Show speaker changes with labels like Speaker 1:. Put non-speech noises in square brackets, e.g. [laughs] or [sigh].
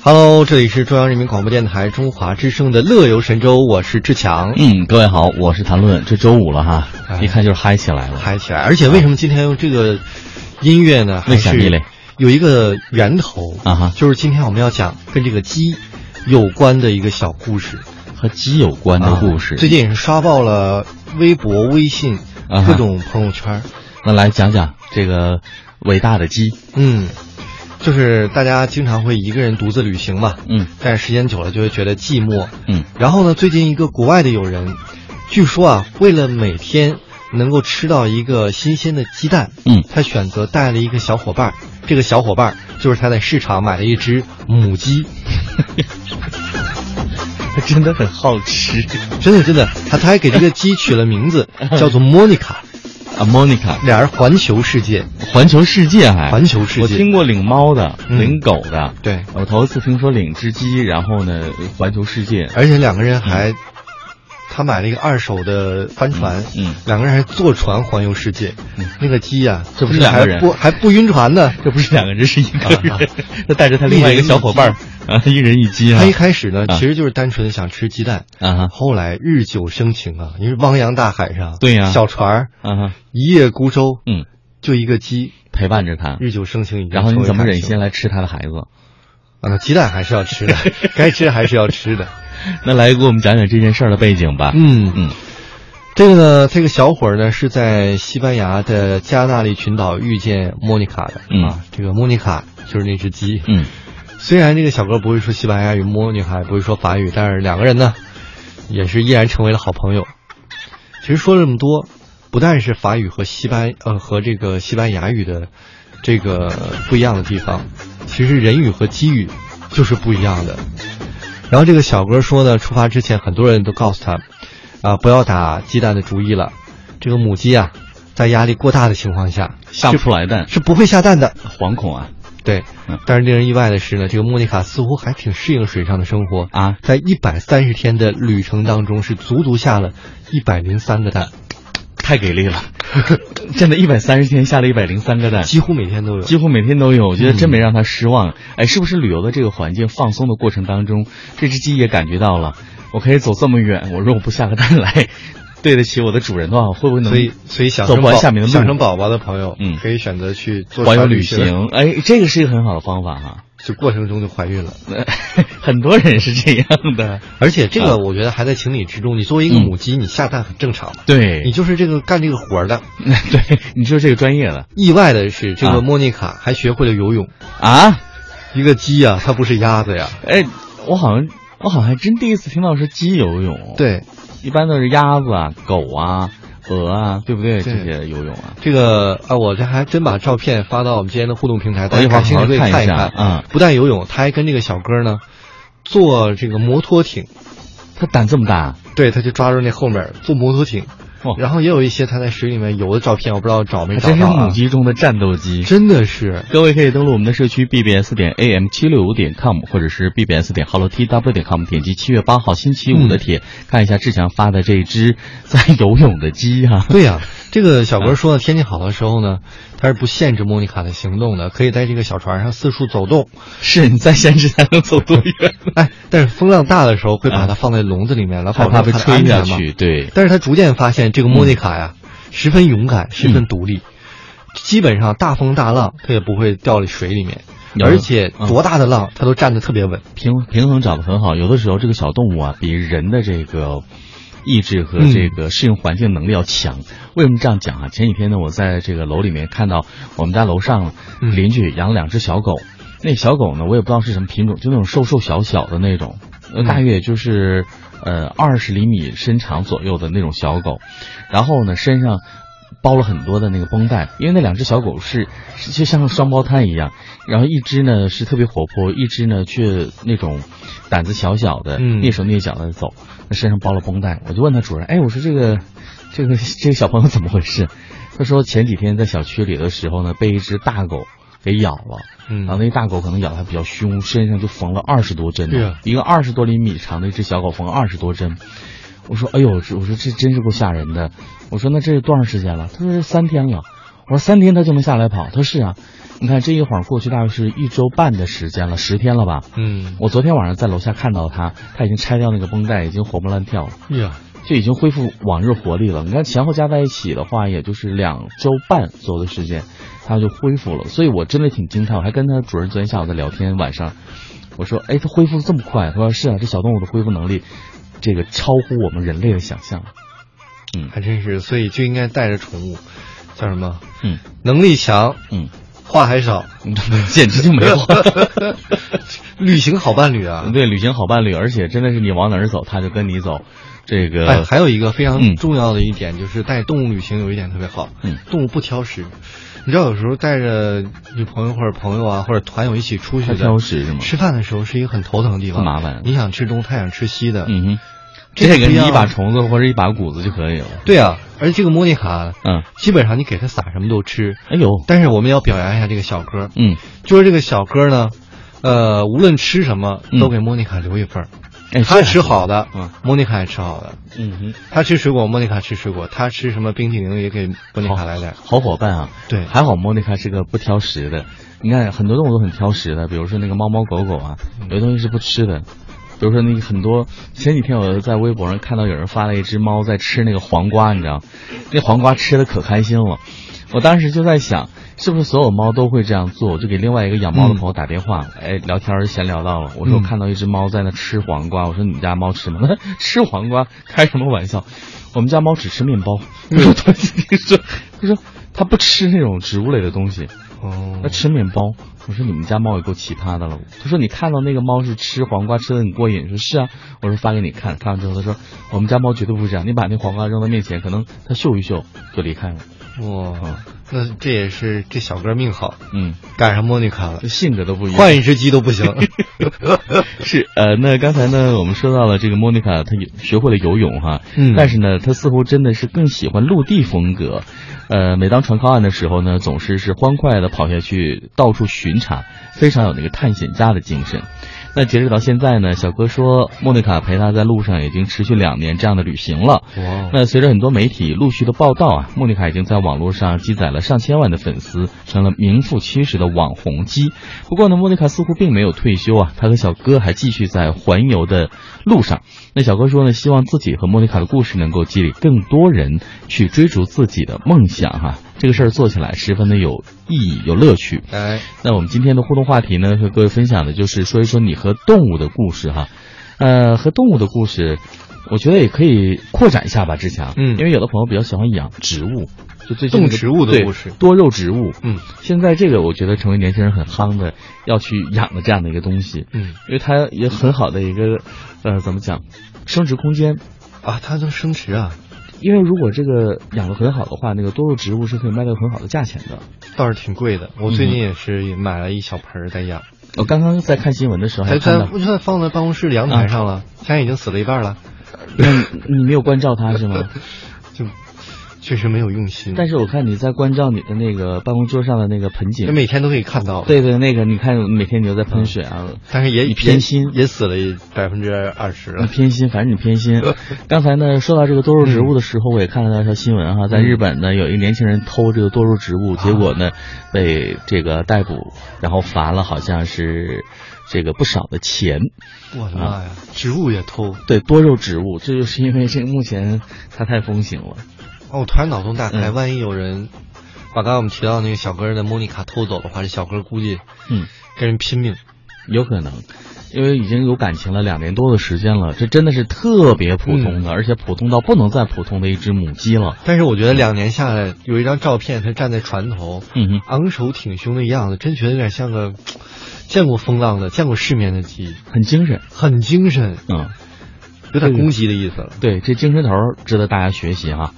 Speaker 1: Hello，这里是中央人民广播电台中华之声的《乐游神州》，我是志强，
Speaker 2: 嗯，各位好，我是谭论。这周五了哈，一看就是哎嗨起来了。
Speaker 1: 嗨起来！而且为什么今天用这个音乐呢？还
Speaker 2: 为啥
Speaker 1: 是
Speaker 2: 呢
Speaker 1: 有一个源头
Speaker 2: 啊哈
Speaker 1: 就是今天我们要讲跟这个鸡有关的一个小故事。
Speaker 2: 和鸡有关的故事，
Speaker 1: 啊最近也是刷爆了微博、微信、
Speaker 2: 啊哈
Speaker 1: 各种朋友圈。
Speaker 2: 那来讲讲这个伟大的鸡。
Speaker 1: 嗯，就是大家经常会一个人独自旅行嘛，
Speaker 2: 嗯
Speaker 1: 但是时间久了就会觉得寂寞。
Speaker 2: 嗯，
Speaker 1: 然后呢，最近一个国外的友人，据说啊，为了每天能够吃到一个新鲜的鸡蛋，
Speaker 2: 嗯
Speaker 1: 他选择带了一个小伙伴儿，这个小伙伴儿就是他在市场买了一只母鸡，
Speaker 2: 他 [laughs] 真的很好吃
Speaker 1: 真的真的，他他还给这个鸡取了名
Speaker 2: [laughs]
Speaker 1: 字，叫做莫妮卡，
Speaker 2: 啊，Monica，
Speaker 1: 俩人环球世界，
Speaker 2: 环球世界还
Speaker 1: 环球世界
Speaker 2: 我听过领猫的，
Speaker 1: 嗯
Speaker 2: 领狗的。
Speaker 1: 对
Speaker 2: 我头一次听说领只鸡，然后呢，环球世界。
Speaker 1: 而且两个人还，他买了一个二手的帆船，
Speaker 2: 嗯嗯
Speaker 1: 两个人还坐船环游世界，
Speaker 2: 嗯
Speaker 1: 那个鸡呀、
Speaker 2: 这不是
Speaker 1: 真的
Speaker 2: 两个人
Speaker 1: 还不还不晕船呢。
Speaker 2: 这不是两个人，是一个
Speaker 1: 啊
Speaker 2: 人。他带着他另外一个小伙伴儿，啊，一人一鸡啊
Speaker 1: 他。一开始呢，
Speaker 2: 啊
Speaker 1: 其实就是单纯的想吃鸡蛋，
Speaker 2: 啊哈
Speaker 1: 后来日久生情啊，因为汪洋大海上，
Speaker 2: 对呀
Speaker 1: 小船儿
Speaker 2: 啊哈，
Speaker 1: 一叶孤舟，
Speaker 2: 嗯，
Speaker 1: 就一个鸡，
Speaker 2: 陪伴着他。
Speaker 1: 日久生情已经
Speaker 2: 然后你
Speaker 1: 成为
Speaker 2: 怎么
Speaker 1: 感
Speaker 2: 忍
Speaker 1: 情
Speaker 2: 心来吃他的孩子？
Speaker 1: 啊？鸡蛋还是要
Speaker 2: [laughs]
Speaker 1: 吃的，该吃还是要吃的。
Speaker 2: 那来给我们讲讲这件事儿的背景吧。
Speaker 1: 嗯
Speaker 2: 嗯
Speaker 1: 这个呢，这个小伙儿呢是在西班牙的加那利群岛遇见莫妮卡的、
Speaker 2: 嗯
Speaker 1: 啊，这个莫妮卡就是那只鸡。
Speaker 2: 嗯
Speaker 1: 虽然这个小哥不会说西班牙语，莫妮卡也不会说法语，但是两个人呢，也是依然成为了好朋友。其实说了这么多，不但是法语和西班呃和这个西班牙语的这个不一样的地方，其实人语和鸡语就是不一样的。然后这个小哥说呢，出发之前很多人都告诉他，啊，不要打鸡蛋的主意了，这个母鸡啊，在压力过大的情况下
Speaker 2: 下不出来蛋，
Speaker 1: 是不会下蛋的。
Speaker 2: 惶恐啊
Speaker 1: 对
Speaker 2: 嗯，
Speaker 1: 但是令人意外的是呢，这个莫妮卡似乎还挺适应水上的生活，
Speaker 2: 啊！
Speaker 1: 在一百三十天的旅程当中，是足足下了一百零三个蛋，
Speaker 2: 太给力了，真的，一百三十天下了一百零三个蛋，呃
Speaker 1: 几乎每天都有。
Speaker 2: 几乎每天都有，我觉得真没让他失望。哎，是不是旅游的这个环境放松的过程当中，这只鸡也感觉到了，我可以走这么远，我如果不下个蛋来， [laughs] 对得起我的主人的话，我会不会能
Speaker 1: 所以，所以想
Speaker 2: 走
Speaker 1: 生
Speaker 2: 不完
Speaker 1: 宝
Speaker 2: 下面的路
Speaker 1: 想生宝宝的朋友，
Speaker 2: 嗯
Speaker 1: 可以选择去做
Speaker 2: 环游
Speaker 1: 船
Speaker 2: 旅
Speaker 1: 行，
Speaker 2: 行？哎，这个是一个很好的方法哈、 [laughs]
Speaker 1: 就过程中就怀孕了。
Speaker 2: 呃很多人是这样的，
Speaker 1: 而且这
Speaker 2: 啊
Speaker 1: 个我觉得还在情理之中。你作为一个
Speaker 2: 嗯
Speaker 1: 母鸡，你下蛋很正常嘛。
Speaker 2: 对
Speaker 1: 你就是这个干这个活儿的。
Speaker 2: [laughs] 对，你说这个专业的
Speaker 1: 意外的是，这
Speaker 2: 啊
Speaker 1: 个莫妮卡还学会了游泳。
Speaker 2: 啊？
Speaker 1: 一个鸡呀、它不是鸭子呀。
Speaker 2: 哎，我好像我好像还真第一次听到说鸡游泳。，
Speaker 1: 对，
Speaker 2: 一般都是鸭子啊、狗啊、鹅啊，对不
Speaker 1: 对
Speaker 2: 对？这些游泳啊，
Speaker 1: 这个啊，我这还真把照片发到我们今天的互动平台，大家
Speaker 2: 一会儿
Speaker 1: 感兴趣可以
Speaker 2: 好好看
Speaker 1: 看
Speaker 2: 一下
Speaker 1: 看
Speaker 2: 啊。
Speaker 1: 不但游泳，他还跟这个小哥呢，坐这个摩托艇，
Speaker 2: 它胆这么大，啊
Speaker 1: 对，他就抓住那后面坐摩托艇
Speaker 2: 哇，
Speaker 1: 然后也有一些他在水里面游的照片，我不知道找没
Speaker 2: 它
Speaker 1: 找
Speaker 2: 真是
Speaker 1: 到
Speaker 2: 母
Speaker 1: 啊。
Speaker 2: 鸡中的战斗机。
Speaker 1: 真的
Speaker 2: [laughs]
Speaker 1: 是，
Speaker 2: 各位可以登录我们的社区 bbs 点 am 七六五点 com，或者是 bbs 点 hello tw 点 com，点击七月八号星期
Speaker 1: 嗯
Speaker 2: 五的帖，看一下志强发的这只在游泳的鸡啊哈、
Speaker 1: 对呀、这个小哥说呢，天气好的时候呢，他是不限制莫妮卡的行动的，可以在这个小船上四处走动。
Speaker 2: 是你再闲置才能走
Speaker 1: [laughs]
Speaker 2: 多远？
Speaker 1: 哎，但是风浪大的时候会把它放在笼子里面来
Speaker 2: 嗯害
Speaker 1: 保
Speaker 2: 怕
Speaker 1: 证
Speaker 2: 被
Speaker 1: 它的安
Speaker 2: 吹下
Speaker 1: 全嘛。
Speaker 2: 去，对，
Speaker 1: 但是他逐渐发现这个莫妮卡呀，十分勇敢，十分独立，基本上大风大浪他也不会掉水里面，
Speaker 2: 有
Speaker 1: 而且多大的浪他都站得特别稳。
Speaker 2: 平平衡找得很好。有的时候这个小动物啊，比人的这个意志和
Speaker 1: 嗯
Speaker 2: 这个适应环境能力要强。为什么这样讲啊？前几天呢，我在这个楼里面看到我们家楼上
Speaker 1: 嗯
Speaker 2: 邻居养了两只小狗，那小狗呢，我也不知道是什么品种，就那种瘦瘦小小的那种，呃
Speaker 1: 嗯
Speaker 2: 大约就是呃二十厘米身长左右的那种小狗，然后呢身上。包了很多的那个绷带，因为那两只小狗是是就像双胞胎一样，然后一只呢是特别活泼，一只呢却那种胆子小小的，
Speaker 1: 嗯
Speaker 2: 蹑手蹑脚的走，那身上包了绷带。我就问他主人，哎，我说这个这个这个小朋友怎么回事？他说前几天在小区里的时候呢，被一只大狗给咬了，
Speaker 1: 嗯
Speaker 2: 然后那大狗可能咬的还比较凶，身上就缝了二十多针呢
Speaker 1: 对啊
Speaker 2: 一个二十多厘米长的一只小狗缝二十多针。我说，哎呦，这我说这真是够吓人的。我说那这是多长时间了？他说是三天了。我说三天它就能下来跑。他说是啊，你看这一晃过去大概是一周半的时间了，十天了吧？
Speaker 1: 嗯，
Speaker 2: 我昨天晚上在楼下看到它，它已经拆掉那个绷带，已经活蹦乱跳了，
Speaker 1: 哎呀，
Speaker 2: 就已经恢复往日活力了。你看前后加在一起的话，也就是两周半左右的时间，它就恢复了。所以我真的挺惊叹，我还跟它主人昨天下午在聊天，晚上我说，哎，它恢复得这么快？他说是啊，这小动物的恢复能力，这个超乎我们人类的想象。
Speaker 1: 还真是，所以就应该带着宠物，叫什么？
Speaker 2: 嗯
Speaker 1: 能力强，
Speaker 2: 嗯，
Speaker 1: 话还少，
Speaker 2: [laughs] 简直就没有。
Speaker 1: [laughs] 旅行好伴侣啊！
Speaker 2: [laughs] 对，旅行好伴侣，而且真的是你往哪儿走，他就跟你走。这个，
Speaker 1: 哎，还有一个非常
Speaker 2: 嗯
Speaker 1: 重要的一点、就是带动物旅行有一点特别好，
Speaker 2: 嗯
Speaker 1: 动物不挑食。你知道有时候带着女朋友或者朋友啊或者团友一起出去
Speaker 2: 他
Speaker 1: 的，
Speaker 2: 挑食是吗？
Speaker 1: 吃饭的时候是一个很头疼的地方，
Speaker 2: 很麻烦
Speaker 1: 你想吃东，他想吃西的，
Speaker 2: 嗯哼，
Speaker 1: 这个
Speaker 2: 这
Speaker 1: 啊
Speaker 2: 个
Speaker 1: 不
Speaker 2: 你
Speaker 1: 一样
Speaker 2: 一把虫子或者一把谷子就可以了。
Speaker 1: 对啊。而这个莫妮卡，
Speaker 2: 嗯，
Speaker 1: 基本上你给它撒什么都吃。
Speaker 2: 哎呦，
Speaker 1: 但是我们要表扬一下这个小哥，
Speaker 2: 嗯，
Speaker 1: 就是这个小哥呢，呃，无论吃什么
Speaker 2: 嗯
Speaker 1: 都给莫妮卡留一份儿。
Speaker 2: 哎，
Speaker 1: 他
Speaker 2: 这
Speaker 1: 吃好的
Speaker 2: 嗯，
Speaker 1: 莫妮卡也吃好的；
Speaker 2: 嗯哼，
Speaker 1: 他吃水果，莫妮卡吃水果；他吃什么冰淇淋也给莫妮卡来点儿。
Speaker 2: 好伙伴啊。
Speaker 1: 对
Speaker 2: 还好莫妮卡是个不挑食的。你看，很多动物都很挑食的，比如说那个猫猫狗狗啊，有些东西是不吃的。比如说那个很多，前几天我在微博上看到有人发了一只猫在吃那个黄瓜，你知道，那黄瓜吃的可开心了。我当时就在想，是不是所有猫都会这样做？我就给另外一个养猫的朋友打电话，哎，聊天儿闲聊到了，我说我
Speaker 1: 嗯
Speaker 2: 看到一只猫在那吃黄瓜，我说你们家猫吃吗？ [laughs] 吃黄瓜开什么玩笑？我们家猫只吃面包。我说 [laughs] 他说他说他不吃那种植物类的东西，
Speaker 1: 哦
Speaker 2: 它吃面包。我说你们家猫也够奇葩的了。他说你看到那个猫是吃黄瓜吃的很过瘾。我说是啊。我说发给你看，看完之后他说我们家猫绝对不是这样。你把那黄瓜扔到面前，可能它嗅一嗅就离开了。
Speaker 1: 哇，那这也是这小哥命好，
Speaker 2: 嗯，
Speaker 1: 赶上莫妮卡了，
Speaker 2: 性格都不一样。
Speaker 1: 换一只鸡都不
Speaker 2: [laughs]
Speaker 1: 行。
Speaker 2: 是呃，那刚才呢，我们说到了这个莫妮卡，她有学会了游泳哈，
Speaker 1: 嗯
Speaker 2: 但是呢，她似乎真的是更喜欢陆地风格。呃，每当船靠岸的时候呢，总是是欢快的跑下去到处巡查，非常有那个探险家的精神。那截止到现在呢，小哥说莫妮卡陪他在路上已经持续两年这样的旅行了。
Speaker 1: 哇，
Speaker 2: 那随着很多媒体陆续的报道啊，莫妮卡已经在网络上积攒了上千万的粉丝，成了名副其实的网红鸡。不过呢，莫妮卡似乎并没有退休啊，她和小哥还继续在环游的路上。那小哥说呢，希望自己和莫妮卡的故事能够激励更多人去追逐自己的梦想哈、这个事儿做起来十分的有意义、有乐趣。
Speaker 1: 哎，
Speaker 2: 那我们今天的互动话题呢，和各位分享的就是说一说你和动物的故事哈，呃，和动物的故事，我觉得也可以扩展一下吧，志强，
Speaker 1: 嗯
Speaker 2: 因为有的朋友比较喜欢养植物，就最近
Speaker 1: 动
Speaker 2: 那个
Speaker 1: 植物的
Speaker 2: 对
Speaker 1: 故事
Speaker 2: 多肉植物，
Speaker 1: 嗯
Speaker 2: 现在这个我觉得成为年轻人很夯的要去养的这样的一个东西，
Speaker 1: 嗯
Speaker 2: 因为它也很好的一个，呃，怎么讲，升值空间，
Speaker 1: 啊，它能生食啊，
Speaker 2: 因为如果这个养的很好的话，那个多肉植物是可以卖到很好的价钱的。
Speaker 1: 倒是挺贵的。我最近
Speaker 2: 嗯
Speaker 1: 也是买了一小盆儿在养，
Speaker 2: 我刚刚在看新闻的时候还
Speaker 1: 才
Speaker 2: 看
Speaker 1: 才
Speaker 2: 到，啊
Speaker 1: 不算放在办公室阳台上了，现在已经死了一半了，
Speaker 2: 那你你没有关照它是吗？
Speaker 1: 就确实没有用心。
Speaker 2: 但是我看你在关照你的那个办公桌上的那个盆
Speaker 1: 就
Speaker 2: 景，
Speaker 1: 每天都可以看到，，
Speaker 2: 对对，那个你看每天你都在喷水啊，
Speaker 1: 但是也
Speaker 2: 你偏心
Speaker 1: 也也死了百分之二十
Speaker 2: 你
Speaker 1: 了。
Speaker 2: 偏心，反正你偏心。刚才呢，说到这个多肉植物的时候，我也看到一条新闻哈，在日本呢，有一个年轻人偷这个多肉植物，结果呢被这个逮捕，然后罚了好像是这个不少的钱。嗯
Speaker 1: 我的妈呀，植物也偷！
Speaker 2: 对，多肉植物，这就是因为这个目前它太风行了。
Speaker 1: 哦，我突然脑洞大开，
Speaker 2: 嗯
Speaker 1: 万一有人把刚刚我们提到那个小哥的莫妮卡偷走的话，这小哥估计
Speaker 2: 嗯。
Speaker 1: 跟人拼命。
Speaker 2: 有可能，因为已经有感情了两年多的时间了，这真的是特别普通的，而且普通到不能再普通的一只母鸡了。
Speaker 1: 但是我觉得两年下来，有一张照片，他站在船头，
Speaker 2: 嗯哼，
Speaker 1: 昂首挺胸的样子，真觉得有点像个见过风浪的、见过世面的鸡，
Speaker 2: 很精神。
Speaker 1: 很精神，
Speaker 2: 嗯，
Speaker 1: 有点攻击的意思了。
Speaker 2: 对，这精神头儿值得大家学习哈、